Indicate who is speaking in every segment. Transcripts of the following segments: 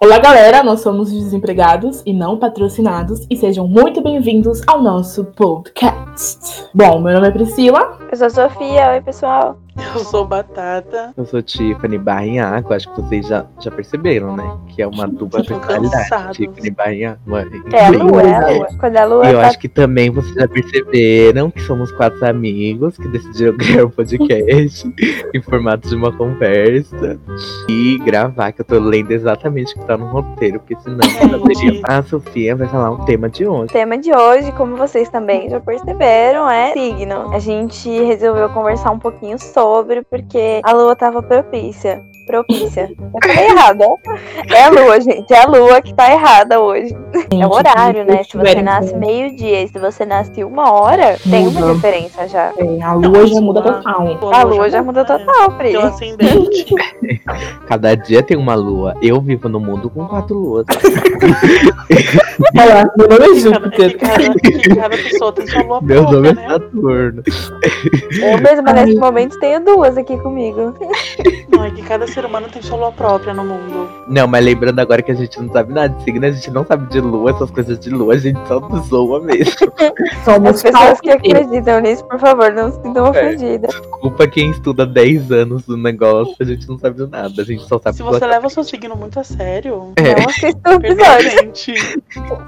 Speaker 1: Olá, galera! Nós somos os desempregados e não patrocinados e sejam muito bem-vindos ao nosso podcast. Bom, meu nome é Priscila.
Speaker 2: Eu sou a Sofia, oi pessoal.
Speaker 3: Eu sou Batata.
Speaker 4: Eu sou Tiffany Barra em Água, acho que vocês já, já perceberam, né? Que é uma dupla
Speaker 3: Tô
Speaker 4: personalidade.
Speaker 3: cansado.
Speaker 4: Tiffany Barra em Água.
Speaker 2: É a
Speaker 4: Bem,
Speaker 2: lua, é a
Speaker 4: né?
Speaker 2: lua. Quando a lua
Speaker 4: E eu
Speaker 2: tá
Speaker 4: acho que também vocês já perceberam que somos quatro amigos que decidiram criar um podcast em formato de uma conversa e gravar, que eu tô lendo exatamente o que tá no roteiro, porque senão
Speaker 2: É
Speaker 4: eu teria...
Speaker 3: Gente.
Speaker 4: a Sofia vai falar um tema de
Speaker 2: O
Speaker 4: hoje.
Speaker 2: tema de hoje, como vocês também já perceberam, é signo. A gente resolveu conversar um pouquinho sobre, porque a lua tava propícia. Propícia. Eu falei errado. É a lua, gente. É a lua que tá errada hoje. É o horário, né? Se você nasce meio-dia e se você nasce uma hora, tem uma
Speaker 1: Muda.
Speaker 2: diferença já.
Speaker 1: É, a lua já muda total.
Speaker 2: A lua já muda total, Pri.
Speaker 3: Teu É, um ascendente.
Speaker 4: Cada dia tem uma lua. Eu vivo no mundo com quatro luas.
Speaker 1: Olha lá, meu nome é
Speaker 3: Que cada, que
Speaker 1: Júpiter.
Speaker 3: cada- é que cada pessoa tem sua lua
Speaker 4: Meu nome
Speaker 3: própria,
Speaker 4: é
Speaker 3: né?
Speaker 4: Saturno.
Speaker 2: Eu mesmo, mas nesse momento, tenho duas aqui comigo.
Speaker 3: Não, é que cada ser humano tem sua lua própria no mundo.
Speaker 4: Não, mas lembrando agora que a gente não sabe nada de signo, a gente não sabe de lua, essas coisas de lua, a gente só zoa mesmo.
Speaker 2: As
Speaker 1: Somos
Speaker 2: pessoas que
Speaker 1: palpiteiros.
Speaker 2: acreditam nisso, por favor, não se sintam ofendidas.
Speaker 4: Desculpa quem estuda 10 anos do negócio, a gente não sabe de nada, a gente só sabe
Speaker 3: Se você
Speaker 4: colocar-
Speaker 3: leva o seu signo muito a sério,
Speaker 4: Tá É.
Speaker 2: Não assistam o
Speaker 3: perdoa a
Speaker 2: episódio.
Speaker 3: gente.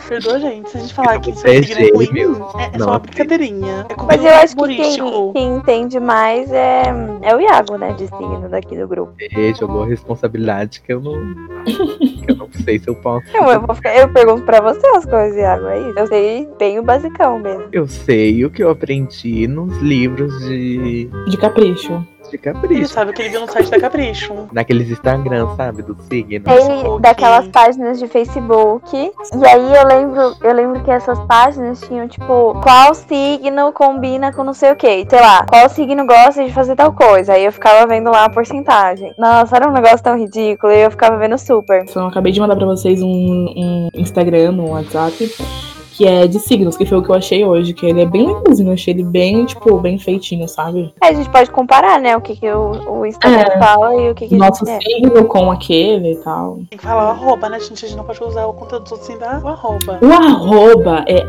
Speaker 3: Perdoa a gente. Se a gente falar que seu
Speaker 4: É
Speaker 3: signo é ruim,
Speaker 4: gêmeos.
Speaker 3: é, é só
Speaker 4: Não.
Speaker 3: uma brincadeirinha. É
Speaker 2: Mas eu acho que quem,
Speaker 3: humorístico.
Speaker 2: quem entende mais é, é o Iago, né? De signo daqui do grupo.
Speaker 4: É, jogou a responsabilidade que eu não. que eu não sei se eu posso.
Speaker 2: Não, eu, vou ficar- eu pergunto pra você as coisas, Iago. É isso. Eu sei bem o basicão mesmo.
Speaker 4: Eu sei o que eu aprendi nos livros de,
Speaker 1: de capricho.
Speaker 4: de
Speaker 3: Ele
Speaker 4: capricho.
Speaker 3: sabe o que ele viu no site da Capricho.
Speaker 4: Naqueles Instagram, sabe? Do signo.
Speaker 2: Tem
Speaker 3: Ok.
Speaker 2: daquelas páginas de Facebook. E aí eu lembro, eu lembro que essas páginas tinham, tipo, qual signo combina com não sei o que. Sei lá, qual signo gosta de fazer tal coisa. Aí eu ficava vendo lá a porcentagem. Nossa, era um negócio tão ridículo. E eu ficava vendo super.
Speaker 1: Então, eu acabei de mandar pra vocês um, um Instagram, um WhatsApp, que é de signos, que foi o que eu achei hoje, que ele é bem legalzinho, eu achei ele bem, tipo, bem feitinho, sabe?
Speaker 2: Aí a gente pode comparar, né? O que, que o, o Instagram fala e o que, que a
Speaker 1: Nosso
Speaker 2: gente é.
Speaker 1: signo com aquele e tal.
Speaker 3: Tem que falar o arroba, né, gente? A gente não pode usar o conta dos outros sem dar o arroba.
Speaker 1: O arroba é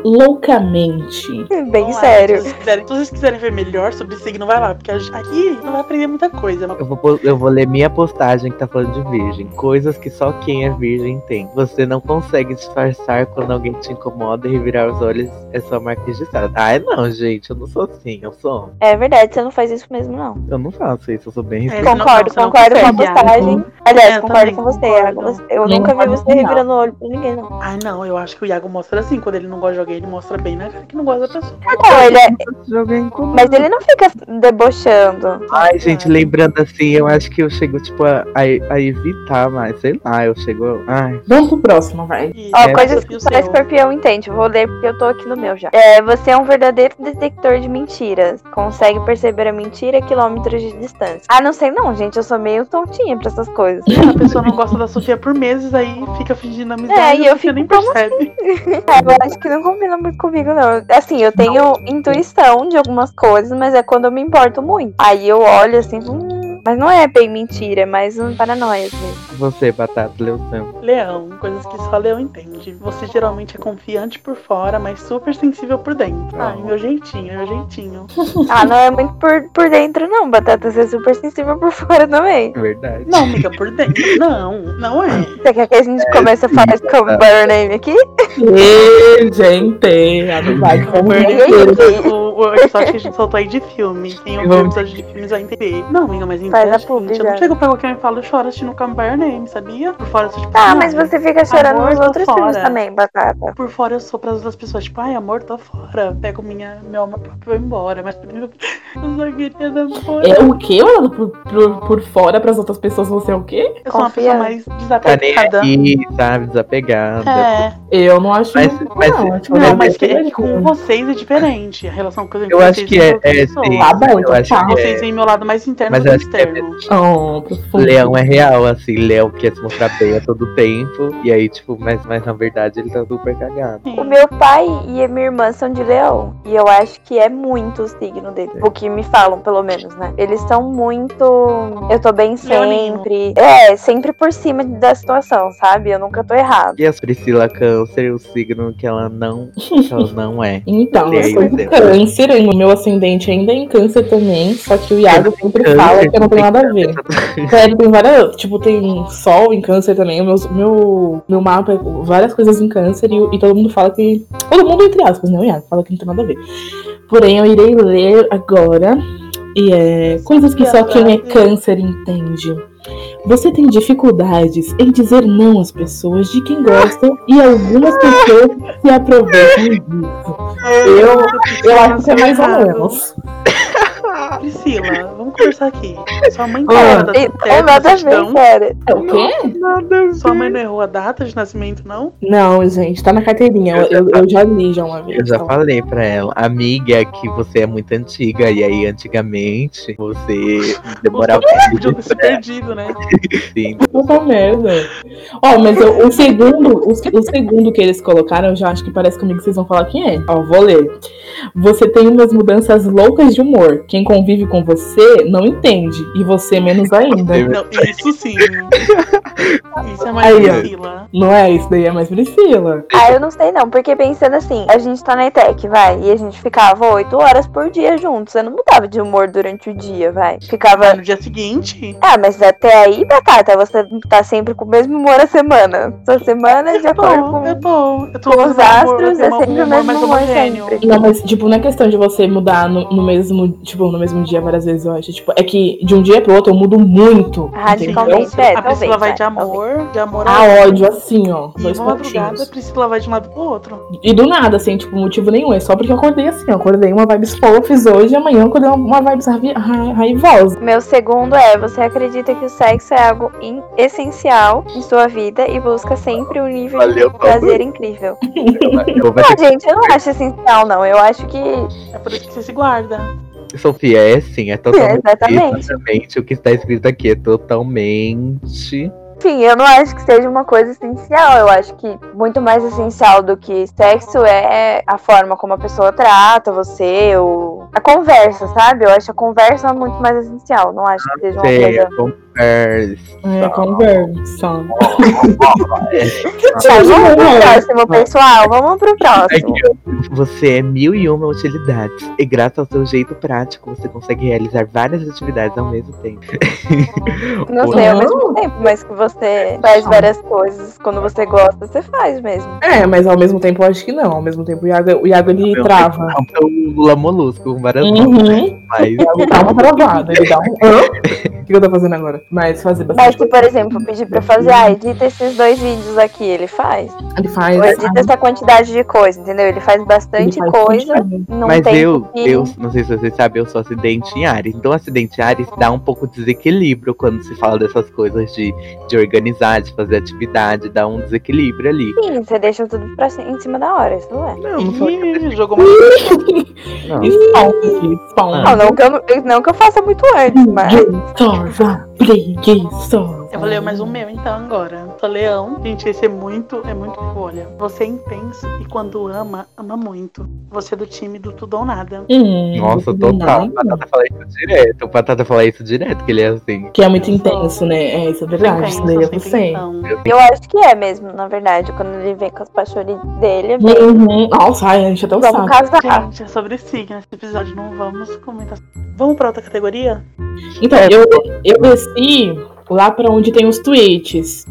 Speaker 1: astroloucamente.
Speaker 2: é. Hum, Bem
Speaker 3: Vamos lá,
Speaker 2: sério.
Speaker 3: é, Se vocês, quiserem, se vocês quiserem ver melhor sobre signo, vai lá, porque a gente- aqui não vai aprender muita coisa. mas
Speaker 4: Eu vou, po- eu vou ler minha postagem que tá falando de virgem. Coisas que só quem é virgem tem. Você não consegue disfarçar quando alguém te incomoda e revirar os olhos é sua marca registrada. Ai, não, gente, eu não sou assim. Eu sou.
Speaker 2: É verdade, você não faz isso mesmo, não.
Speaker 4: Eu não faço isso, eu sou bem
Speaker 3: É,
Speaker 4: restrita.
Speaker 3: não,
Speaker 2: concordo,
Speaker 3: você não
Speaker 2: concordo com a
Speaker 3: consegue,
Speaker 2: postagem. Aliás,
Speaker 3: É, eu
Speaker 2: concordo
Speaker 3: também
Speaker 2: com você,
Speaker 3: concordo.
Speaker 2: Iago. Você- Eu
Speaker 1: Nem
Speaker 2: nunca vi
Speaker 1: concordo,
Speaker 2: você
Speaker 1: não.
Speaker 2: revirando o olho pra ninguém, não.
Speaker 3: Ah, não, eu acho que o Iago mostra assim, quando ele não gosta de alguém, ele mostra bem na cara que não gosta da pessoa.
Speaker 2: Não, ele é-
Speaker 4: De alguém com-
Speaker 2: Mas ele não fica debochando.
Speaker 4: Ai, gente, lembrando assim, eu acho que eu chego, tipo, a, a- a evitar mais, sei lá, eu chego. Ai,
Speaker 1: Vamos pro próximo, vai.
Speaker 3: E-
Speaker 2: Ó,
Speaker 4: É,
Speaker 2: coisas
Speaker 3: Sofia,
Speaker 2: que
Speaker 3: o
Speaker 2: só
Speaker 3: seu.
Speaker 2: escorpião entende. Eu Vou ler porque eu tô aqui no meu já. É, você é um verdadeiro detector de mentiras. Consegue perceber a mentira a quilômetros de distância. Ah, não sei não, gente. Eu sou meio tontinha pra essas coisas.
Speaker 3: A pessoa não gosta da Sofia por meses, aí fica fingindo amizade.
Speaker 2: É, e
Speaker 3: a
Speaker 2: eu fico,
Speaker 3: Sofia nem
Speaker 2: como
Speaker 3: percebe.
Speaker 2: É, eu acho que não combina muito comigo, não. Assim, eu tenho intuição de algumas coisas, mas é quando eu me importo muito. Aí eu olho assim, hum, mas não é bem mentira, é mais um paranoia. Assim.
Speaker 4: você, Batata, leu o seu.
Speaker 3: Leão, coisas que só Leão entende. Você geralmente é confiante por fora, mas super sensível por dentro.
Speaker 4: Ah.
Speaker 3: Ai, meu jeitinho, meu jeitinho.
Speaker 2: Ah, não é muito por, por dentro, não, Batata. Você é super sensível por fora também.
Speaker 4: É verdade.
Speaker 3: Não, amiga, por dentro. Não, não é.
Speaker 2: Você quer que a gente comece a falar de Cover by Your Name aqui?
Speaker 1: Ei, gente, a amizade com o
Speaker 2: E
Speaker 1: Verde.
Speaker 2: aí,
Speaker 3: O, o episódio que a gente soltou aí de filme. Quem ouviu o episódio de filmes vai entender. Não, amiga, mas
Speaker 2: Faz a
Speaker 3: entende.
Speaker 2: publi
Speaker 3: gente, eu
Speaker 2: já.
Speaker 3: não chego pra qualquer um e falo, chora assistindo Come By Your Name, sabia? Por fora eu sou tipo.
Speaker 2: Tá,
Speaker 3: "Ai,
Speaker 2: mas você fica chorando
Speaker 3: Amor,
Speaker 2: nos
Speaker 3: tô
Speaker 2: outros filmes
Speaker 3: fora.
Speaker 2: também, Batata.
Speaker 3: Por fora eu sou pras outras pessoas, tipo, ai amor, tô fora. Pego minha, meu alma própria e vou embora. Mas por dentro eu só queria namorar.
Speaker 1: É o quê? Olhando por, por, por fora pras outras pessoas, você é o quê?
Speaker 3: Eu sou uma pessoa
Speaker 2: Confia.
Speaker 3: mais
Speaker 4: Tá nem
Speaker 3: desapegada.
Speaker 4: aí, sabe? Desapegada.
Speaker 3: É.
Speaker 1: Eu não acho.
Speaker 4: Mas-
Speaker 1: muito,
Speaker 4: mas- um
Speaker 1: não, acho
Speaker 3: Não,
Speaker 4: Olha,
Speaker 3: mas é
Speaker 1: que
Speaker 3: que, é que com vocês é diferente. A relação Não, que eu,
Speaker 4: é Eu acho que é. é
Speaker 3: vocês são
Speaker 4: sim,
Speaker 1: Tá bom,
Speaker 4: eu acho
Speaker 1: tá.
Speaker 4: que
Speaker 3: Vocês
Speaker 4: é.
Speaker 3: veem meu lado mais interno
Speaker 4: Mas
Speaker 3: do
Speaker 4: eu
Speaker 3: que
Speaker 4: acho que é
Speaker 3: externo.
Speaker 1: Oh, profundo.
Speaker 4: Leão é real, assim, Leão quer se mostrar bem a todo tempo. E aí, tipo, mas, mas na verdade ele tá super cagado.
Speaker 3: Sim.
Speaker 2: O meu pai e a minha irmã são de leão. E eu acho que é muito o signo dele. O que me falam, pelo menos, né? Eles são muito. Eu tô bem
Speaker 3: Leonino.
Speaker 2: sempre. É, sempre por cima da situação, sabe? Eu nunca tô errado.
Speaker 4: E a Priscila Câncer, o signo que ela não, que ela não é.
Speaker 1: Então, eu sou de
Speaker 4: Leão.
Speaker 1: câncer, hein? o meu ascendente ainda é em câncer também, só que o Iago sempre
Speaker 4: Câncer,
Speaker 1: fala que eu não tenho nada a ver.
Speaker 4: Câncer.
Speaker 1: Sério, tem várias. Tipo, tem sol em câncer também. O meu, meu, meu mapa é várias coisas em câncer e, e todo mundo fala que. Todo mundo, entre aspas, né? o Iago Fala que não tem nada a ver. Porém, eu irei ler agora. E é. Coisas que só quem é câncer entende. Você tem dificuldades em dizer não às pessoas de quem gostam e algumas pessoas se aproveitam disso. Eu, eu acho que é mais ou menos.
Speaker 3: Priscila, vamos conversar aqui. Sua mãe
Speaker 1: Ah,
Speaker 3: errou a
Speaker 2: E-
Speaker 3: data do
Speaker 2: É
Speaker 3: teste,
Speaker 2: nada a ver,
Speaker 3: certidão?
Speaker 2: cara.
Speaker 1: É o quê?
Speaker 4: Nada a ver.
Speaker 3: Sua mãe não errou a data de nascimento, não?
Speaker 1: Não, gente, tá na carteirinha. Eu, eu- eu já li já uma vez.
Speaker 4: Eu já
Speaker 1: então.
Speaker 4: falei pra ela, amiga, que você é muito antiga, e aí antigamente você demorava
Speaker 2: um
Speaker 3: O é jogo
Speaker 1: é.
Speaker 4: muito
Speaker 3: se perdido, né?
Speaker 4: assim.
Speaker 1: Puta merda. Ó, mas eu- o segundo, o, se- o segundo que eles colocaram, eu já acho que parece comigo que vocês vão falar quem é. Ó, vou ler. Você tem umas mudanças loucas de humor. Quem convive com você não entende. E você menos ainda.
Speaker 2: um
Speaker 3: Não, isso sim. Isso é mais
Speaker 1: Aí, ó.
Speaker 3: Priscila.
Speaker 1: Não é isso daí, é mais Priscila.
Speaker 2: Ah, eu não sei não, porque pensando assim, a gente tá na ETEC, vai, e a gente ficava oito horas por dia juntos. Eu não mudava de humor durante o dia, vai. Ficava
Speaker 3: No dia seguinte,
Speaker 2: Ah, mas até aí pra cá, tá? Você tá sempre com o mesmo humor a semana. Sua semana já
Speaker 3: é
Speaker 2: foi
Speaker 3: bom, é
Speaker 2: com.
Speaker 3: bom. Eu tô
Speaker 2: com
Speaker 3: com
Speaker 2: os
Speaker 3: meu amor, eu
Speaker 2: astros,
Speaker 3: tenho
Speaker 2: é sempre
Speaker 3: um
Speaker 2: o
Speaker 3: humor
Speaker 2: mesmo
Speaker 3: mais
Speaker 2: humor
Speaker 3: homogêneo.
Speaker 2: sempre.
Speaker 1: Não, mas, tipo, não é questão de você mudar no, no mesmo, tipo, no mesmo dia várias vezes, eu acho. Tipo, é que de um dia pro outro eu mudo muito. entendeu?
Speaker 2: Radicalmente, é,
Speaker 3: A
Speaker 2: talvez.
Speaker 3: Priscila vai de
Speaker 2: talvez. Ah,
Speaker 3: amor, de amor
Speaker 1: A ódio, assim, ó.
Speaker 3: E
Speaker 1: Dois
Speaker 3: uma madrugada, a
Speaker 1: pontinhos.
Speaker 3: Priscila vai de um lado pro outro.
Speaker 1: E do nada, assim, tipo, motivo nenhum. É só porque eu acordei assim, eu acordei uma vibes fofes hoje e amanhã eu acordei uma, uma vibes raivi- ra- raivosa.
Speaker 2: Meu segundo é: você acredita que o sexo é algo in- essencial em sua vida e busca sempre um nível
Speaker 4: Valeu,
Speaker 2: de prazer incrível.
Speaker 4: Eu vou
Speaker 2: Não, gente, eu não acho essencial, não. Eu acho que.
Speaker 3: É por isso que você se guarda.
Speaker 4: Sofia, é sim, é totalmente.
Speaker 2: Exatamente.
Speaker 4: exatamente o que está escrito aqui, é totalmente.
Speaker 2: Enfim, eu não acho que seja uma coisa essencial. Eu acho que muito mais essencial do que sexo é a forma como a pessoa trata você, ou a conversa, sabe? Eu acho a conversa muito mais essencial. Não acho que seja uma
Speaker 4: Sei,
Speaker 2: coisa.
Speaker 4: é conversa.
Speaker 1: É, conversa.
Speaker 2: Tá, vamos pro
Speaker 1: né?
Speaker 2: próximo, pessoal. Vamos pro próximo.
Speaker 4: Aqui, ó. Você é mil e uma utilidades. E graças ao seu jeito prático, você consegue realizar várias atividades ao mesmo tempo.
Speaker 2: Não sei, ao
Speaker 1: Não.
Speaker 2: mesmo tempo, mas que você faz várias coisas. Quando você gosta, você faz mesmo.
Speaker 1: É, mas ao mesmo tempo eu acho que não. Ao mesmo tempo o Iago, o Iago ele
Speaker 4: Não,
Speaker 1: trava.
Speaker 4: É o Lula Molusco, um barulho,
Speaker 1: Uhum.
Speaker 4: mas
Speaker 1: O Iago dá uma travada. Ele dá um. Hã? O que eu tô fazendo agora? Mas fazer
Speaker 2: Mas tipo,
Speaker 1: bastante.
Speaker 2: se, por exemplo, pedir pra fazer, ah, edita esses dois vídeos aqui, ele faz.
Speaker 1: Ele faz.
Speaker 2: Ou edita essa quantidade de coisa, entendeu? Ele faz
Speaker 1: ele
Speaker 2: bastante
Speaker 1: faz
Speaker 2: coisa.
Speaker 1: bastante.
Speaker 2: Não
Speaker 4: Mas
Speaker 2: tem
Speaker 4: eu,
Speaker 2: que-
Speaker 4: eu, não sei se vocês sabem, eu sou acidente em Ares. Então, acidente em Ares dá um pouco de desequilíbrio quando se fala dessas coisas de, de organizar, de fazer atividade, dá um desequilíbrio ali.
Speaker 2: Sim, você deixa tudo pra ci- em cima da hora, isso não é.
Speaker 4: Não, não sou
Speaker 3: Ih, jogou uma
Speaker 4: não.
Speaker 1: Spawn,
Speaker 4: Ah.
Speaker 1: spawn.
Speaker 2: Não, não que, eu, não- não que eu faça muito antes, mas.
Speaker 1: Preguiçosa, preguiçosa.
Speaker 3: Eu vou ler mais um meu então agora. Sou leão. Gente, esse é muito, é muito folha. Você é intenso e quando ama, ama muito. Você é do time do tudo ou nada.
Speaker 1: Hum,
Speaker 4: Nossa,
Speaker 1: não.
Speaker 4: total. O Batata fala isso direto. O Batata fala isso direto, que ele é assim.
Speaker 1: Que é muito intenso, né? É, isso é verdade. Isso daí eu
Speaker 3: Intenso, sem
Speaker 1: sei.
Speaker 3: tensão.
Speaker 2: Eu acho que é mesmo, na verdade, quando ele vem com as paixões dele, é bem,
Speaker 1: Uhum. Nossa, ai, a gente até
Speaker 2: vamos
Speaker 1: sabe.
Speaker 2: casar.
Speaker 3: Gente, é sobre signo esse episódio. Não vamos comentar. Vamos pra outra categoria?
Speaker 1: Então, eu, eu desci lá pra onde tem os tweets.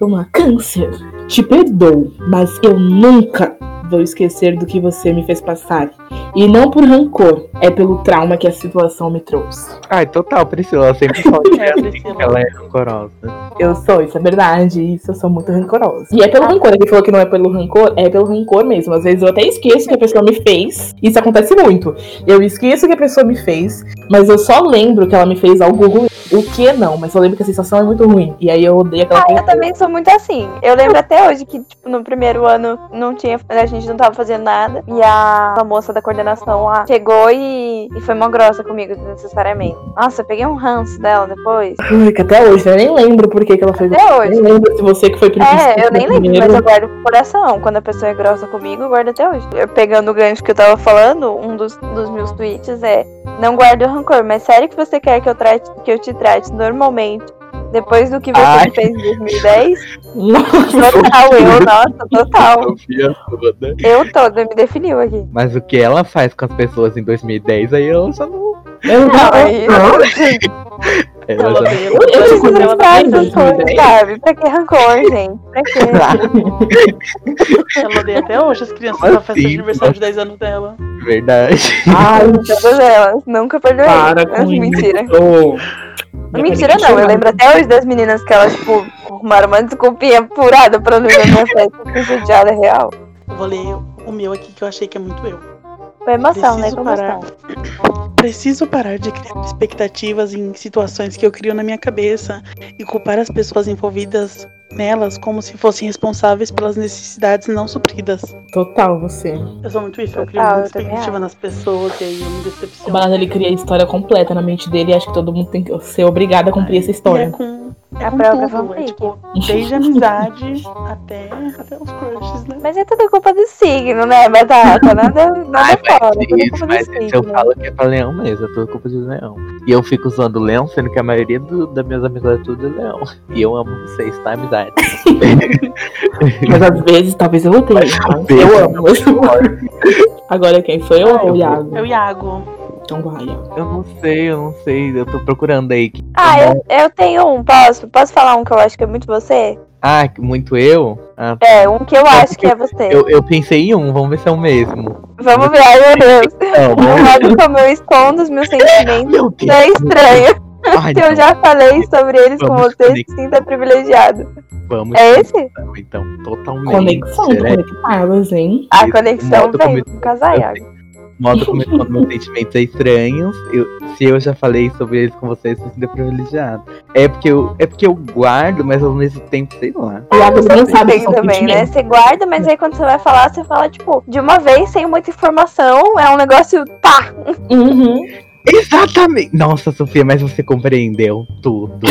Speaker 1: Vamos lá. Câncer, te perdoo, mas eu nunca vou esquecer do que você me fez passar. E não por rancor, é pelo trauma que a situação me trouxe.
Speaker 4: Ai, total, Priscila. Ela sempre fala que é
Speaker 3: É,
Speaker 4: assim,
Speaker 3: Priscila.
Speaker 4: que ela é rancorosa.
Speaker 1: Eu sou, isso é verdade. Isso, eu sou muito rancorosa. E é pelo rancor. Ele falou que não é pelo rancor, é pelo rancor mesmo. Às vezes eu até esqueço que a pessoa me fez. Isso acontece muito. Eu esqueço que a pessoa me fez, mas eu só lembro que ela me fez algo ruim. O que não, mas eu lembro que a sensação é muito ruim. E aí eu odeio
Speaker 4: Então
Speaker 1: aquela
Speaker 2: Ah,
Speaker 1: pessoa.
Speaker 2: eu também sou muito assim. Eu lembro até hoje que, tipo, no primeiro ano não tinha, a gente não tava fazendo nada. E a, a moça da condenação lá. Chegou e, e foi mó grossa comigo, desnecessariamente. Nossa, eu peguei um ranço dela depois.
Speaker 1: Ai, que até hoje, né? Eu nem lembro por que, que ela foi.
Speaker 2: Até hoje.
Speaker 1: Nem lembro se você que foi primeiro.
Speaker 2: É, eu nem lembro,
Speaker 1: primeiro.
Speaker 2: mas eu guardo pro coração. Quando a pessoa é grossa comigo, eu guardo até hoje. Eu, pegando o gancho que eu tava falando, um dos, dos meus tweets é: Não guardo rancor, mas sério que você quer que eu, trate, que eu te trate normalmente depois do que você
Speaker 4: Ai.
Speaker 2: me fez em 2010?
Speaker 1: Nossa,
Speaker 2: Total, eu, nossa, total.
Speaker 4: Confia toda. né?
Speaker 2: Eu toda, me definiu aqui.
Speaker 4: Mas o que ela faz com as pessoas em 2010, aí ela já não.
Speaker 1: eu
Speaker 2: Não, é
Speaker 1: não.
Speaker 2: aí-
Speaker 4: Ela
Speaker 3: Ela
Speaker 4: já...
Speaker 3: veio.
Speaker 1: Eu
Speaker 2: Eu
Speaker 1: quando ela
Speaker 2: não
Speaker 1: faz
Speaker 2: faz
Speaker 1: em
Speaker 2: rancor,
Speaker 1: 2010.
Speaker 2: sabe? Pra que rancor, gente? Pra que?
Speaker 3: Ela odeia até hoje as crianças
Speaker 4: Como
Speaker 3: na festa
Speaker 4: assim?
Speaker 3: de aniversário de 10 anos dela.
Speaker 4: é Verdade.
Speaker 1: Ai,
Speaker 2: Todas elas, nunca perdoei.
Speaker 1: para com isso.
Speaker 2: Mentira.
Speaker 1: Ô, minha
Speaker 2: Mentira
Speaker 1: cara,
Speaker 2: não, eu lembro até hoje das meninas que elas, tipo, arrumaram uma desculpinha furada pra não ir na minha festa, eu fui judiada real.
Speaker 3: Eu vou ler o meu aqui que eu achei que é muito eu.
Speaker 2: Foi emoção, né?
Speaker 3: Preciso
Speaker 2: Foi
Speaker 3: parar.
Speaker 2: emoção.
Speaker 3: Preciso parar de criar expectativas em situações que eu crio na minha cabeça e culpar as pessoas envolvidas nelas como se fossem responsáveis pelas necessidades não supridas.
Speaker 1: Total, você.
Speaker 3: Eu sou muito isso, eu crio
Speaker 2: Total,
Speaker 3: muita
Speaker 2: eu também
Speaker 3: expectativa nas pessoas e aí eu me
Speaker 1: O
Speaker 3: decepciono.
Speaker 1: Banana, ele cria a história completa na mente dele e acho que todo mundo tem que ser obrigado a cumprir essa
Speaker 3: E é
Speaker 1: história.
Speaker 3: com, é
Speaker 2: A um
Speaker 3: com
Speaker 2: própria
Speaker 3: tudo, é
Speaker 2: fanfic.
Speaker 3: tipo, desde amizade até, até os crushes, né?
Speaker 2: Mas é tudo culpa do signo, né, Batata? Nada, nada fora, é tudo
Speaker 4: Isso,
Speaker 2: culpa do
Speaker 4: mas isso eu
Speaker 2: signo.
Speaker 4: falo que é pra leão mesmo, é tudo culpa de leão. E eu fico zoando leão, sendo que a maioria do, das minhas amizades tudo é leão. E eu amo vocês, tá, amizade?
Speaker 1: Mas às vezes, talvez eu odeie. mas Eu amo. Agora quem sou eu ou o Iago?
Speaker 3: É o Iago.
Speaker 1: Então vai, Iago.
Speaker 4: Eu não sei, eu não sei, eu tô procurando aí. que-
Speaker 2: Ah, eu, eu tenho um, posso? Posso falar um que eu acho que é muito você?
Speaker 4: Ah, que muito eu? Ah,
Speaker 2: É, um que eu acho que é você.
Speaker 4: eu, eu pensei em um, vamos ver se é o mesmo.
Speaker 2: Vamos ver, ai meu Deus.
Speaker 4: Não, vamos ver.
Speaker 2: Olha como eu escondo os meus sentimentos.
Speaker 4: Meu Deus.
Speaker 2: É estranho,
Speaker 4: Ai,
Speaker 2: que eu
Speaker 4: não,
Speaker 2: já falei sobre eles com
Speaker 4: Vamos
Speaker 2: você, se
Speaker 4: conectar.
Speaker 2: sinta privilegiado.
Speaker 4: Vamos
Speaker 2: É esse?
Speaker 4: então, então, totalmente.
Speaker 1: Conexão,
Speaker 4: né?
Speaker 1: conectadas, hein?
Speaker 2: A
Speaker 4: Isso,
Speaker 2: conexão
Speaker 4: moto
Speaker 2: vem
Speaker 4: comigo.
Speaker 2: com Casaiago.
Speaker 4: O modo como eu falo meus sentimentos é estranhos. Eu- se eu já falei sobre eles com vocês, eu sinto privilegiado. É porque eu, é porque eu guardo, mas ao mesmo tempo, sei lá.
Speaker 1: O Iago não sabe
Speaker 2: Tem
Speaker 1: são
Speaker 2: também, né?
Speaker 1: sentimentos.
Speaker 2: Você guarda, mas aí quando você vai falar, você fala, tipo, de uma vez, sem muita informação, é um negócio pá!
Speaker 1: Uhum.
Speaker 4: Exatamente! Nossa, Sofia, mas você compreendeu tudo.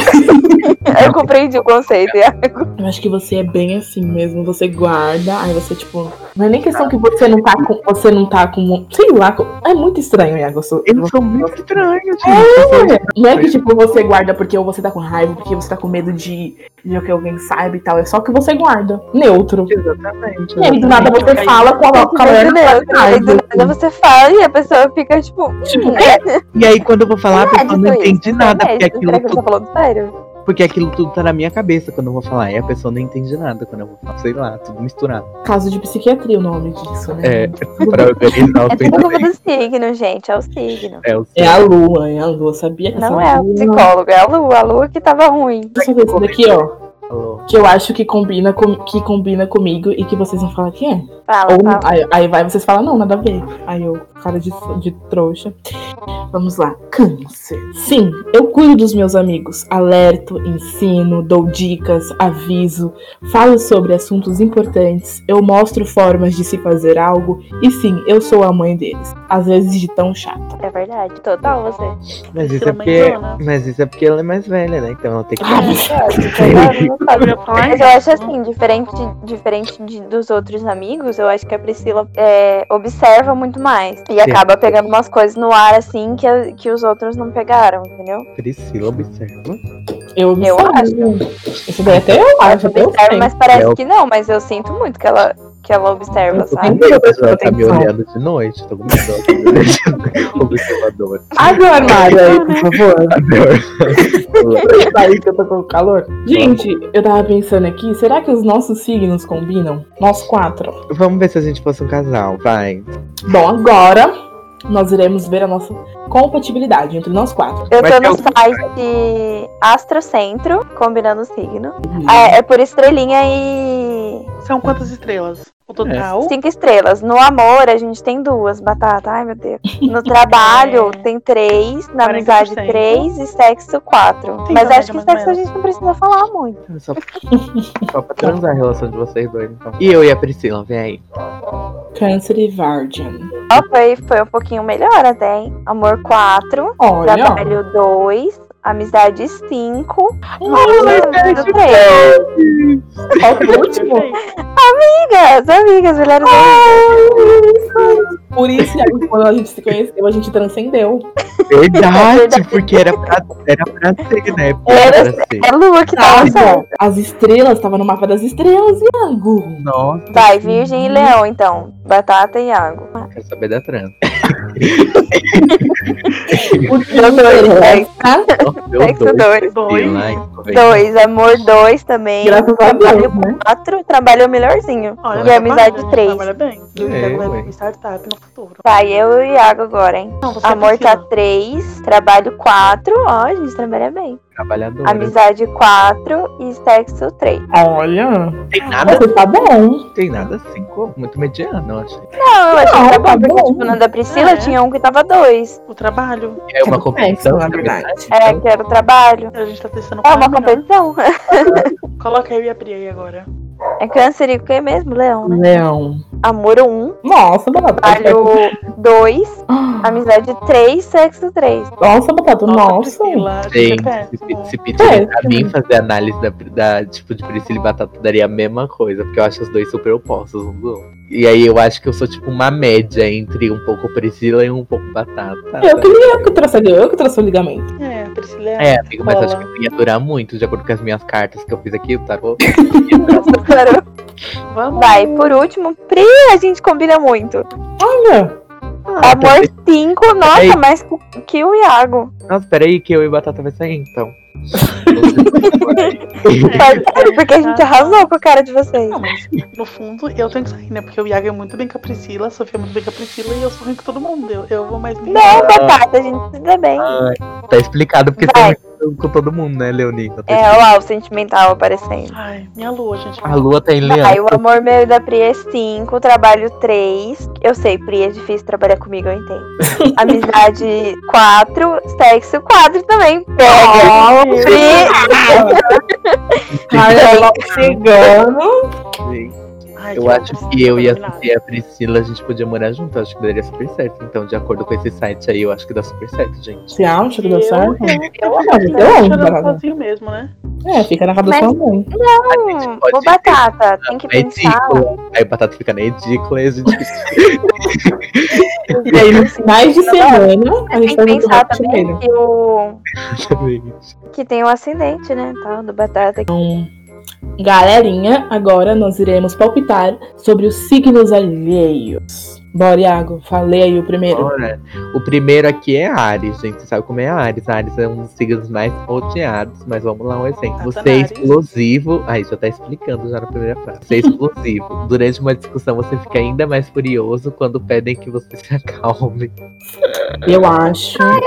Speaker 2: Eu compreendi o conceito. e é-
Speaker 1: Eu acho que você é bem assim mesmo. Você guarda, aí você, tipo. Não é nem questão que você não tá com. Você não tá com. Sei lá. com- É muito estranho, Iago. eu sou-
Speaker 4: Eles são muito estranhos, gente.
Speaker 1: Não é que, tipo, você guarda porque ou você tá com raiva, porque você tá com medo de, de que alguém saiba e tal. É só que você guarda. Neutro.
Speaker 4: Exatamente.
Speaker 1: E aí, do nada, você
Speaker 3: Aí,
Speaker 1: fala com a, com a
Speaker 2: Aí
Speaker 1: mulher
Speaker 2: do
Speaker 1: que tá com
Speaker 2: nada- aí
Speaker 1: raiva.
Speaker 2: do
Speaker 4: né?
Speaker 2: nada você fala e a pessoa fica, tipo,
Speaker 1: Tipo,
Speaker 2: hum,
Speaker 4: E aí, quando eu vou falar, a pessoa não
Speaker 2: é, isso,
Speaker 4: entende
Speaker 2: isso
Speaker 4: nada,
Speaker 2: é
Speaker 4: porque
Speaker 2: isso. Será
Speaker 4: aquilo,
Speaker 2: que você tá
Speaker 4: tudo,
Speaker 2: falando sério?
Speaker 4: porque aquilo tudo tá na minha cabeça quando eu vou falar. E a pessoa não entende nada quando eu vou falar. Sei lá, tudo misturado.
Speaker 1: Caso de psiquiatria o nome disso, né?
Speaker 4: É, pra organizar
Speaker 2: É
Speaker 4: o
Speaker 2: tudo culpa
Speaker 4: pensamento.
Speaker 2: do signo, gente, é o signo.
Speaker 4: É, o
Speaker 1: É a lua, é a lua. Sabia que
Speaker 2: Não
Speaker 1: essa
Speaker 2: é o
Speaker 1: lua-
Speaker 2: psicólogo, é a lua, a lua que tava ruim.
Speaker 1: Deixa eu ver esse daqui, ó.
Speaker 4: seu.
Speaker 1: Que eu acho que combina, com, que combina comigo e que vocês vão falar que é.
Speaker 2: Fala,
Speaker 1: Ou,
Speaker 2: fala.
Speaker 1: aí, aí vai, vocês falam, não, nada a ver. Aí eu, cara de, de trouxa. Vamos lá. Câncer. Sim, eu cuido dos meus amigos. Alerto, ensino, dou dicas, aviso, falo sobre assuntos importantes, eu mostro formas de se fazer algo. E sim, eu sou a mãe deles. Às vezes de tão chata.
Speaker 2: É verdade, total você.
Speaker 4: Mas isso
Speaker 3: Pela
Speaker 4: é porque.
Speaker 3: mãezona.
Speaker 4: Mas isso é porque ela é mais velha, né? Então ela tem que.
Speaker 2: É
Speaker 1: Ai,
Speaker 3: Eu ia falar
Speaker 2: Mas eu
Speaker 3: isso.
Speaker 2: acho assim, diferente, diferente de- dos outros amigos, eu acho que a Priscila é, observa muito mais. E acaba pegando umas coisas no ar, assim, que, a- que os outros não pegaram, entendeu?
Speaker 4: Priscila observa.
Speaker 1: Eu, me
Speaker 2: Eu
Speaker 1: saio. Isso daí até eu
Speaker 2: Ah,
Speaker 1: acho, até eu
Speaker 2: Observa,
Speaker 1: sei.
Speaker 2: mas parece
Speaker 4: Eu-
Speaker 2: que não, mas eu sinto muito que ela, que ela observa,
Speaker 4: Eu tô
Speaker 2: sabe?
Speaker 4: com medo, ela tá me olhando de noite. Tô com medo. Observador.
Speaker 1: Abre o armário aí, por favor. Tá Aí que eu tô com calor. Gente, eu tava pensando aqui, será que os nossos signos combinam? Nós quatro.
Speaker 4: Vamos ver se a gente fosse um casal, vai.
Speaker 1: Bom, agora nós iremos ver a nossa compatibilidade entre nós quatro.
Speaker 2: Eu
Speaker 4: Mas
Speaker 2: tô no
Speaker 4: tem algum-
Speaker 2: site Astrocentro, combinando o signo. É, é por estrelinha e
Speaker 3: São quantas estrelas?
Speaker 1: É.
Speaker 3: O total?
Speaker 2: cinco estrelas. No amor, a gente tem duas, batata. Ai, meu Deus.
Speaker 3: É.
Speaker 2: No trabalho, tem três. Na amizade,
Speaker 3: 40%.
Speaker 2: três. E sexo, quatro.
Speaker 3: Sim,
Speaker 2: Mas
Speaker 3: tá
Speaker 2: acho que
Speaker 3: mais
Speaker 2: sexo
Speaker 3: ou
Speaker 2: a
Speaker 3: menos.
Speaker 2: gente não precisa falar muito.
Speaker 4: Só, só pra transar a relação de vocês dois, então. E eu e a Priscila, vem aí.
Speaker 1: Câncer e Vardian.
Speaker 2: Ó, foi, foi um pouquinho melhor até, hein? Amor 4,
Speaker 1: Olha,
Speaker 2: trabalho 2, amizade 5.
Speaker 4: Ai,
Speaker 2: Tudo bem.
Speaker 4: é
Speaker 1: só por último.
Speaker 2: Amigas, amigas, melhores amigas.
Speaker 1: Por isso, Iago, quando a gente se conheceu, a gente transcendeu.
Speaker 4: Verdade, porque era pra, era pra ser, né? Era
Speaker 2: Era-
Speaker 4: pra ser.
Speaker 2: É Lua que tá lançando.
Speaker 1: As estrelas, tava no mapa das estrelas, Iago.
Speaker 4: Nossa,
Speaker 2: Vai, Virgem e Leão, então. Batata e água.
Speaker 4: quero saber da trans.
Speaker 1: O Tinder, tá?
Speaker 4: Nossa, deu
Speaker 2: Sexo 2.
Speaker 4: dois. sei
Speaker 3: Dois.
Speaker 4: lá, então, velho.
Speaker 2: 2, amor 2 também.
Speaker 1: né? Graças a Deus,
Speaker 2: Trabalho
Speaker 1: né?
Speaker 2: 4, trabalho melhorzinho.
Speaker 3: Olha,
Speaker 4: E
Speaker 3: trabalha
Speaker 2: amizade
Speaker 3: bem,
Speaker 2: três.
Speaker 3: Trabalha bem. E o
Speaker 4: É,
Speaker 3: Iago
Speaker 4: ué.
Speaker 3: vai abrir startup no futuro.
Speaker 2: Vai, eu e o Iago agora, hein?
Speaker 3: Não, você
Speaker 2: Amor tá
Speaker 3: precisa.
Speaker 2: 3, trabalho 4. Ó, a gente trabalha bem.
Speaker 4: Trabalhadora.
Speaker 2: Amizade 4 e sexo 3.
Speaker 1: Olha,
Speaker 4: Tem nada,
Speaker 1: você tá bom.
Speaker 4: tem nada assim, como- muito mediano, eu achei.
Speaker 2: Não, eu achei
Speaker 1: Não,
Speaker 2: que tá
Speaker 1: tá
Speaker 2: bom, porque,
Speaker 1: bom.
Speaker 2: tipo, na da Priscila
Speaker 3: É.
Speaker 2: tinha um que tava 2.
Speaker 3: O trabalho.
Speaker 4: É uma
Speaker 1: Acontece,
Speaker 4: competição,
Speaker 1: na
Speaker 4: na verdade.
Speaker 2: É, que era o trabalho.
Speaker 3: A gente tá testando
Speaker 2: É
Speaker 3: qual
Speaker 2: uma
Speaker 3: melhor.
Speaker 2: competição.
Speaker 3: Coloca eu e a Pri aí agora.
Speaker 2: É câncer e o que mesmo, Leão,
Speaker 1: Hum.
Speaker 2: né?
Speaker 1: Não.
Speaker 2: Amor 1,
Speaker 1: Nossa, Batata.
Speaker 2: trabalho 2,
Speaker 1: Ah,
Speaker 2: amizade 3, sexo 3.
Speaker 1: Nossa, Batata, nossa.
Speaker 3: Priscila, a gente
Speaker 4: Gente,
Speaker 3: é
Speaker 4: se,
Speaker 3: péssimo.
Speaker 4: se pedirem pra
Speaker 1: Péssimo.
Speaker 4: mim fazer análise da, da, tipo, de Priscila e Batata, daria a mesma coisa, porque eu acho os dois super opostos um do outro. E aí eu acho que eu sou, tipo, uma média entre um pouco Priscila e um pouco Batata.
Speaker 1: Eu que, eu que trouxe ali, eu que trouxe o ligamento.
Speaker 3: É, a Priscila é.
Speaker 4: É, amigo, mas
Speaker 3: Bola.
Speaker 4: acho que eu ia durar muito, de acordo com as minhas cartas que eu fiz aqui, tá bom? É.
Speaker 3: Vamos.
Speaker 2: Vai, por último, Pri, a gente combina muito.
Speaker 1: Olha,
Speaker 2: Amor 5, nossa,
Speaker 4: Peraí.
Speaker 2: mais cu- que o Iago.
Speaker 4: Nossa, peraí, que eu e Batata vai sair, então.
Speaker 2: Faz- Porque a gente arrasou com a cara de vocês.
Speaker 3: Não, mas no fundo eu tenho que sair, né? Porque o Iago é muito bem com a Priscila, a Sofia é muito bem com a Priscila e eu sou ruim com todo mundo. Eu, eu vou mais bem.
Speaker 2: Não, batata, a gente se dá bem.
Speaker 4: tá explicado porque
Speaker 2: Vai.
Speaker 4: tem com todo mundo, né, Leonina?
Speaker 2: É, olha lá o sentimental aparecendo.
Speaker 3: Ai, minha lua, gente.
Speaker 4: A lua tá em leão.
Speaker 2: Vai, o amor meu e da Pri é 5, trabalho 3. Eu sei, Pri, é difícil trabalhar comigo, eu entendo. Amizade 4, sexo 4 também. Pega!
Speaker 1: meu
Speaker 2: Pri,
Speaker 1: Carla chegando.
Speaker 4: Gente,
Speaker 3: Ai,
Speaker 4: Eu
Speaker 3: que
Speaker 4: acho
Speaker 3: bom.
Speaker 4: que eu e a
Speaker 3: Combinado.
Speaker 4: Sofia e a Priscila, a gente podia morar junto. Eu acho que daria super certo. Então, de acordo com esse site aí, eu acho que dá super certo, gente.
Speaker 1: Você acha que
Speaker 3: Eu-
Speaker 1: deu certo?
Speaker 2: né? Tá
Speaker 3: Eu
Speaker 1: Ah,
Speaker 3: acho que
Speaker 1: gente,
Speaker 3: eu
Speaker 1: eu amo
Speaker 3: chorando
Speaker 1: batata.
Speaker 3: sozinho mesmo, né?
Speaker 1: É, fica na casa da
Speaker 2: Mas-
Speaker 1: sua mãe.
Speaker 2: hum,
Speaker 4: pode
Speaker 2: ô batata, tem que
Speaker 4: É
Speaker 2: pensar.
Speaker 4: edícula. Aí a batata fica na edícula e a gente.
Speaker 1: E aí, nos finais de semana, a
Speaker 2: Tem
Speaker 1: gente
Speaker 2: que
Speaker 1: faz muito
Speaker 2: pensar
Speaker 1: rápido
Speaker 2: também
Speaker 1: nele.
Speaker 2: que o.
Speaker 4: Exatamente.
Speaker 2: Que tem o ascendente, né? Tal, do Batata.
Speaker 1: Galerinha, agora nós iremos palpitar sobre os signos alheios. Bora, Iago, falei aí o primeiro.
Speaker 4: Bora. O primeiro aqui é Ares, gente. Você sabe como é Ares? Ares é um dos signos mais odiados, mas vamos lá, um exemplo. Você é
Speaker 3: Satanás.
Speaker 4: explosivo. Aí já tá explicando já na primeira frase. Você é explosivo. Durante uma discussão, você fica ainda mais furioso quando pedem que você se acalme.
Speaker 1: Eu acho.
Speaker 2: Não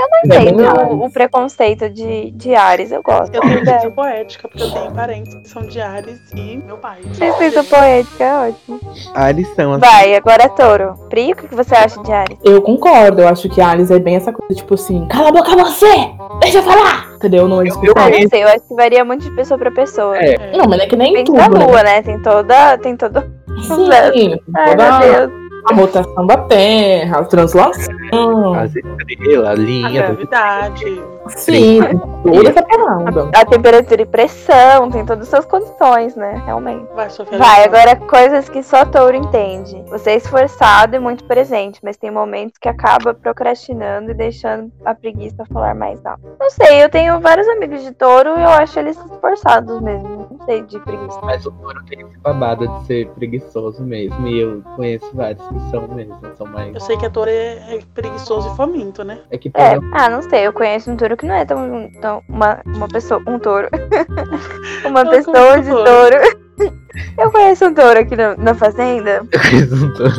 Speaker 1: Bem,
Speaker 2: sei, o, o tá um preconceito de, de Ares, eu gosto.
Speaker 3: Eu tenho
Speaker 2: É.
Speaker 3: licença poética, porque eu tenho parentes que são de Ares e meu pai.
Speaker 2: Licença poética, é ótimo.
Speaker 4: Ares são assim.
Speaker 2: Vai, agora é touro. Pri, o que que você acha de Ares?
Speaker 1: Eu concordo, eu acho que a Alice é bem essa coisa, tipo assim, cala a boca você! Deixa eu falar! Entendeu? Não é
Speaker 2: Ah,
Speaker 1: discussão.
Speaker 2: não sei, eu acho que varia muito de pessoa pra pessoa.
Speaker 4: É.
Speaker 3: É.
Speaker 1: Não, mas é que nem
Speaker 2: Tem
Speaker 1: tudo,
Speaker 2: da
Speaker 1: né?
Speaker 2: lua, né? Tem toda. Tem todo.
Speaker 1: Sim,
Speaker 2: Ai,
Speaker 1: toda
Speaker 2: meu Deus.
Speaker 1: a rotação da Terra, a translação.
Speaker 4: As estrelas, a
Speaker 3: A
Speaker 4: linha. do-
Speaker 3: gravidade.
Speaker 1: Sim, tem
Speaker 4: é
Speaker 1: toda essa parada.
Speaker 2: A temperatura e pressão, tem todas essas condições, né? Realmente.
Speaker 3: Vai, Sofia.
Speaker 2: Vai,
Speaker 3: leva.
Speaker 2: agora coisas que só touro entende. Você é esforçado e muito presente, mas tem momentos que acaba procrastinando e deixando a preguiça falar mais alto. Não sei, eu tenho vários amigos de touro e eu acho eles esforçados mesmo. Não sei de preguiça.
Speaker 4: Mas o touro tem esse babado de ser preguiçoso mesmo. E eu conheço vários que são mesmo. São mais.
Speaker 3: Eu sei que a Tora é, é preguiçoso e faminto, né?
Speaker 4: É que tem
Speaker 2: É, ah, não sei, eu conheço um touro que não é tão. tão uma, uma pessoa. Um touro. uma
Speaker 3: Eu
Speaker 2: pessoa
Speaker 3: conheço um
Speaker 2: de
Speaker 3: touro.
Speaker 2: touro. eu conheço um touro aqui na, na fazenda.
Speaker 4: coisa um touro.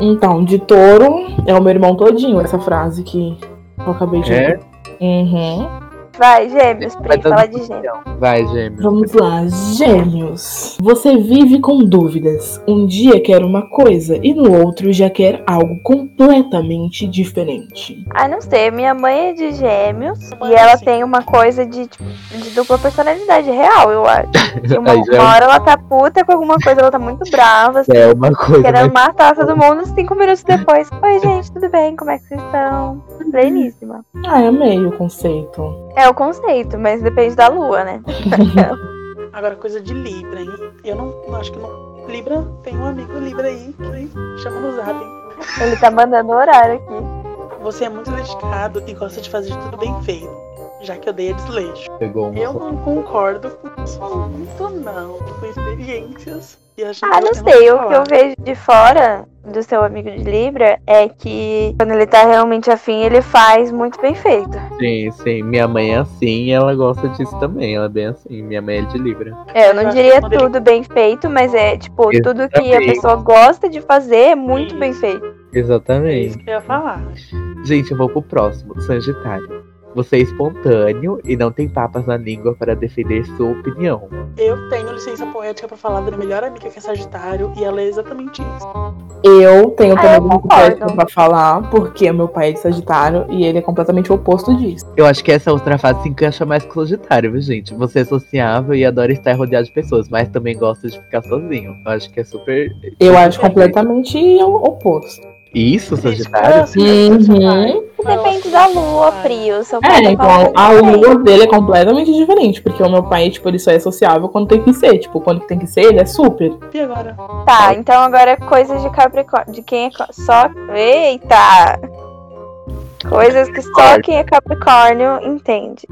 Speaker 1: Então, de touro é o meu irmão todinho, essa frase que eu acabei de
Speaker 4: É?
Speaker 1: ler. Uhum.
Speaker 2: Vai, gêmeos, Pri,
Speaker 4: Vai todo
Speaker 2: fala
Speaker 4: mundo
Speaker 2: de gêmeos.
Speaker 4: campeão. Vai, gêmeo.
Speaker 1: Vamos lá, gêmeos. Você vive com dúvidas. Um dia quer uma coisa e no outro já quer algo completamente diferente.
Speaker 2: Ai, Ah, não sei, minha mãe é de gêmeos
Speaker 3: Mãe,
Speaker 2: e ela
Speaker 3: sim.
Speaker 2: tem uma coisa de, tipo, de dupla personalidade real, eu acho. Que Uma,
Speaker 4: Aí já-
Speaker 2: uma hora ela tá puta com alguma coisa, ela tá muito brava, assim,
Speaker 4: um- É uma coisa, né?
Speaker 2: querendo matar todo mundo, cinco minutos depois. Oi, gente, tudo bem? Como é que vocês estão? Pleníssima.
Speaker 1: Ah, amei o conceito.
Speaker 2: É o conceito, mas depende da lua, né?
Speaker 3: Agora, coisa de Libra, hein? Eu não acho que não. Libra, tem um amigo Libra aí que chama no zap. hein?
Speaker 2: Ele tá mandando horário aqui.
Speaker 3: Você é muito dedicado e gosta de fazer tudo bem feito, já que odeia desleixo.
Speaker 4: Pegou uma
Speaker 3: um Eu não concordo com isso muito, não. Com experiências. E acho
Speaker 2: Ah, não sei, o que eu vejo de fora do seu amigo de Libra é que quando ele tá realmente afim, ele faz muito bem feito.
Speaker 4: Sim, sim. Minha mãe é assim e ela gosta disso também. Ela é bem assim. Minha mãe é de Libra.
Speaker 2: É, eu não
Speaker 3: Eu acho
Speaker 2: diria
Speaker 3: que o modelo-
Speaker 2: tudo bem feito, mas é tipo, tudo que a
Speaker 4: Exatamente.
Speaker 2: pessoa gosta de fazer é muito bem feito.
Speaker 3: É
Speaker 4: Exatamente.
Speaker 3: isso que eu ia falar.
Speaker 4: Gente, eu vou pro próximo. Sagitário. Você é espontâneo e não tem papas na língua para defender sua opinião.
Speaker 3: Eu tenho licença poética pra falar da minha melhor amiga que é Sagitário e ela é exatamente isso.
Speaker 1: Eu tenho
Speaker 2: Ah,
Speaker 1: também
Speaker 2: eu
Speaker 1: muito
Speaker 2: concordo.
Speaker 1: técnico pra falar, porque meu pai é de Sagitário e ele é completamente o oposto disso.
Speaker 4: Eu acho que essa outra fase se encaixa mais com o Sagitário, viu, gente? Você é sociável e adora estar rodeado de pessoas, mas também gosta de ficar sozinho. Eu acho que é super.
Speaker 1: Eu acho completamente o oposto.
Speaker 4: Isso,
Speaker 3: Isso,
Speaker 4: Sagitário?
Speaker 3: assim, é personagem.
Speaker 2: Depende da lua, frio. Seu pai
Speaker 1: É,
Speaker 2: tá
Speaker 1: então
Speaker 2: falando
Speaker 1: a
Speaker 2: bem.
Speaker 1: lua dele é completamente diferente, porque o meu pai, tipo, ele só é sociável quando tem que ser. Tipo, quando tem que ser, ele é super.
Speaker 3: E agora?
Speaker 2: Tá, então agora é coisas de Capricórnio. De quem é co- só. Eita! Coisas que só quem é Capricórnio entende.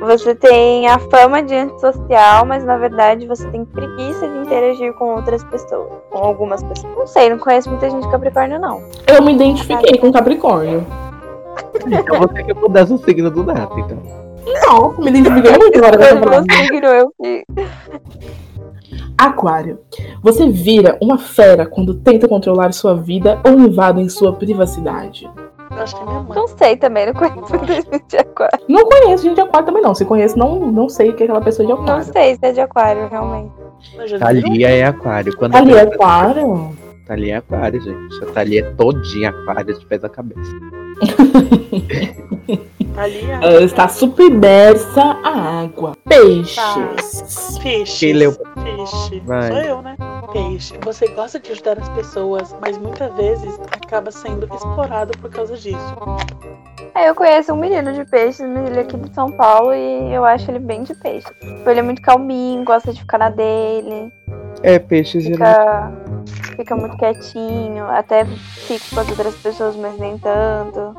Speaker 2: Você tem a fama de antissocial, mas na verdade você tem preguiça de interagir com outras pessoas. Com algumas pessoas. Não sei, não conheço muita gente de Capricórnio, não.
Speaker 1: Eu me identifiquei com Capricórnio.
Speaker 4: Então você quer mudar seu signo do nada, então.
Speaker 1: Não, me identifiquei muito agora com
Speaker 2: Eu
Speaker 1: Capricórnio.
Speaker 2: não signo, eu que
Speaker 1: Aquário. Você vira uma fera quando tenta controlar sua vida ou invadem sua privacidade.
Speaker 3: Eu acho que é minha mãe.
Speaker 2: Não sei também, não conheço muita gente de aquário.
Speaker 1: Não conheço gente de aquário também, não. Se conheço, não, não sei o que é aquela pessoa de
Speaker 2: Não
Speaker 1: aquário.
Speaker 2: sei se é de aquário, realmente.
Speaker 3: Eu já vi.
Speaker 4: Thalia é aquário. Quando
Speaker 1: Ali é
Speaker 4: pensa-
Speaker 1: aquário?
Speaker 4: Thalia é aquário, gente. A Thalia é todinha aquário de pés da cabeça.
Speaker 3: Ali é-
Speaker 1: Ela está submersa à água. Peixes.
Speaker 3: Peixe.
Speaker 4: Quem leu?
Speaker 3: Peixe.
Speaker 4: Vai.
Speaker 3: Sou eu, né? Peixe. Você gosta de ajudar as pessoas, mas muitas vezes acaba sendo explorado por causa disso.
Speaker 2: É, eu conheço um menino de peixes, mas ele é aqui de São Paulo e eu acho ele bem de peixe. Tipo, ele é muito calminho, gosta de ficar na dele,
Speaker 4: É, peixe geralmente.
Speaker 2: fica, fica muito quietinho, até fica com as outras pessoas, mas nem tanto.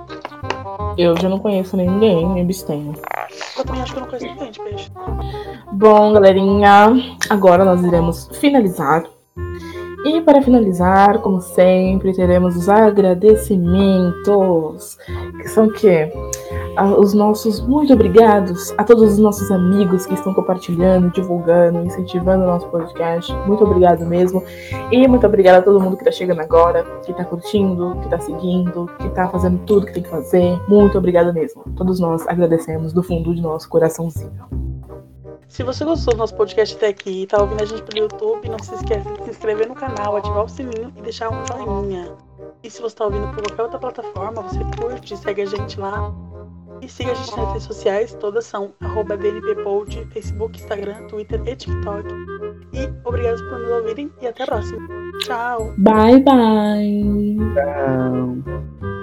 Speaker 1: Eu já não conheço ninguém, me abstenho.
Speaker 3: Eu também acho que eu não conheço ninguém de peixe.
Speaker 1: Bom, galerinha, agora nós iremos finalizar. E para finalizar, como sempre, teremos os agradecimentos, que são o quê? Ah, Os nossos muito obrigados a todos os nossos amigos que estão compartilhando, divulgando, incentivando o nosso podcast. Muito obrigado mesmo. E muito obrigada a todo mundo que está chegando agora, que está curtindo, que está seguindo, que está fazendo tudo que tem que fazer. Muito obrigada mesmo. Todos nós agradecemos do fundo de nosso coraçãozinho.
Speaker 3: Se você gostou do nosso podcast até aqui e tá ouvindo a gente pelo YouTube, não se esquece de se inscrever no canal, ativar o sininho e deixar um joinha. E se você tá ouvindo por qualquer outra plataforma, você curte, segue a gente lá. E siga a gente nas redes sociais, todas são arroba DNPPod, Facebook, Instagram, Twitter e TikTok. E obrigado por nos ouvirem e até a próxima. Tchau!
Speaker 1: Bye bye.
Speaker 4: Não.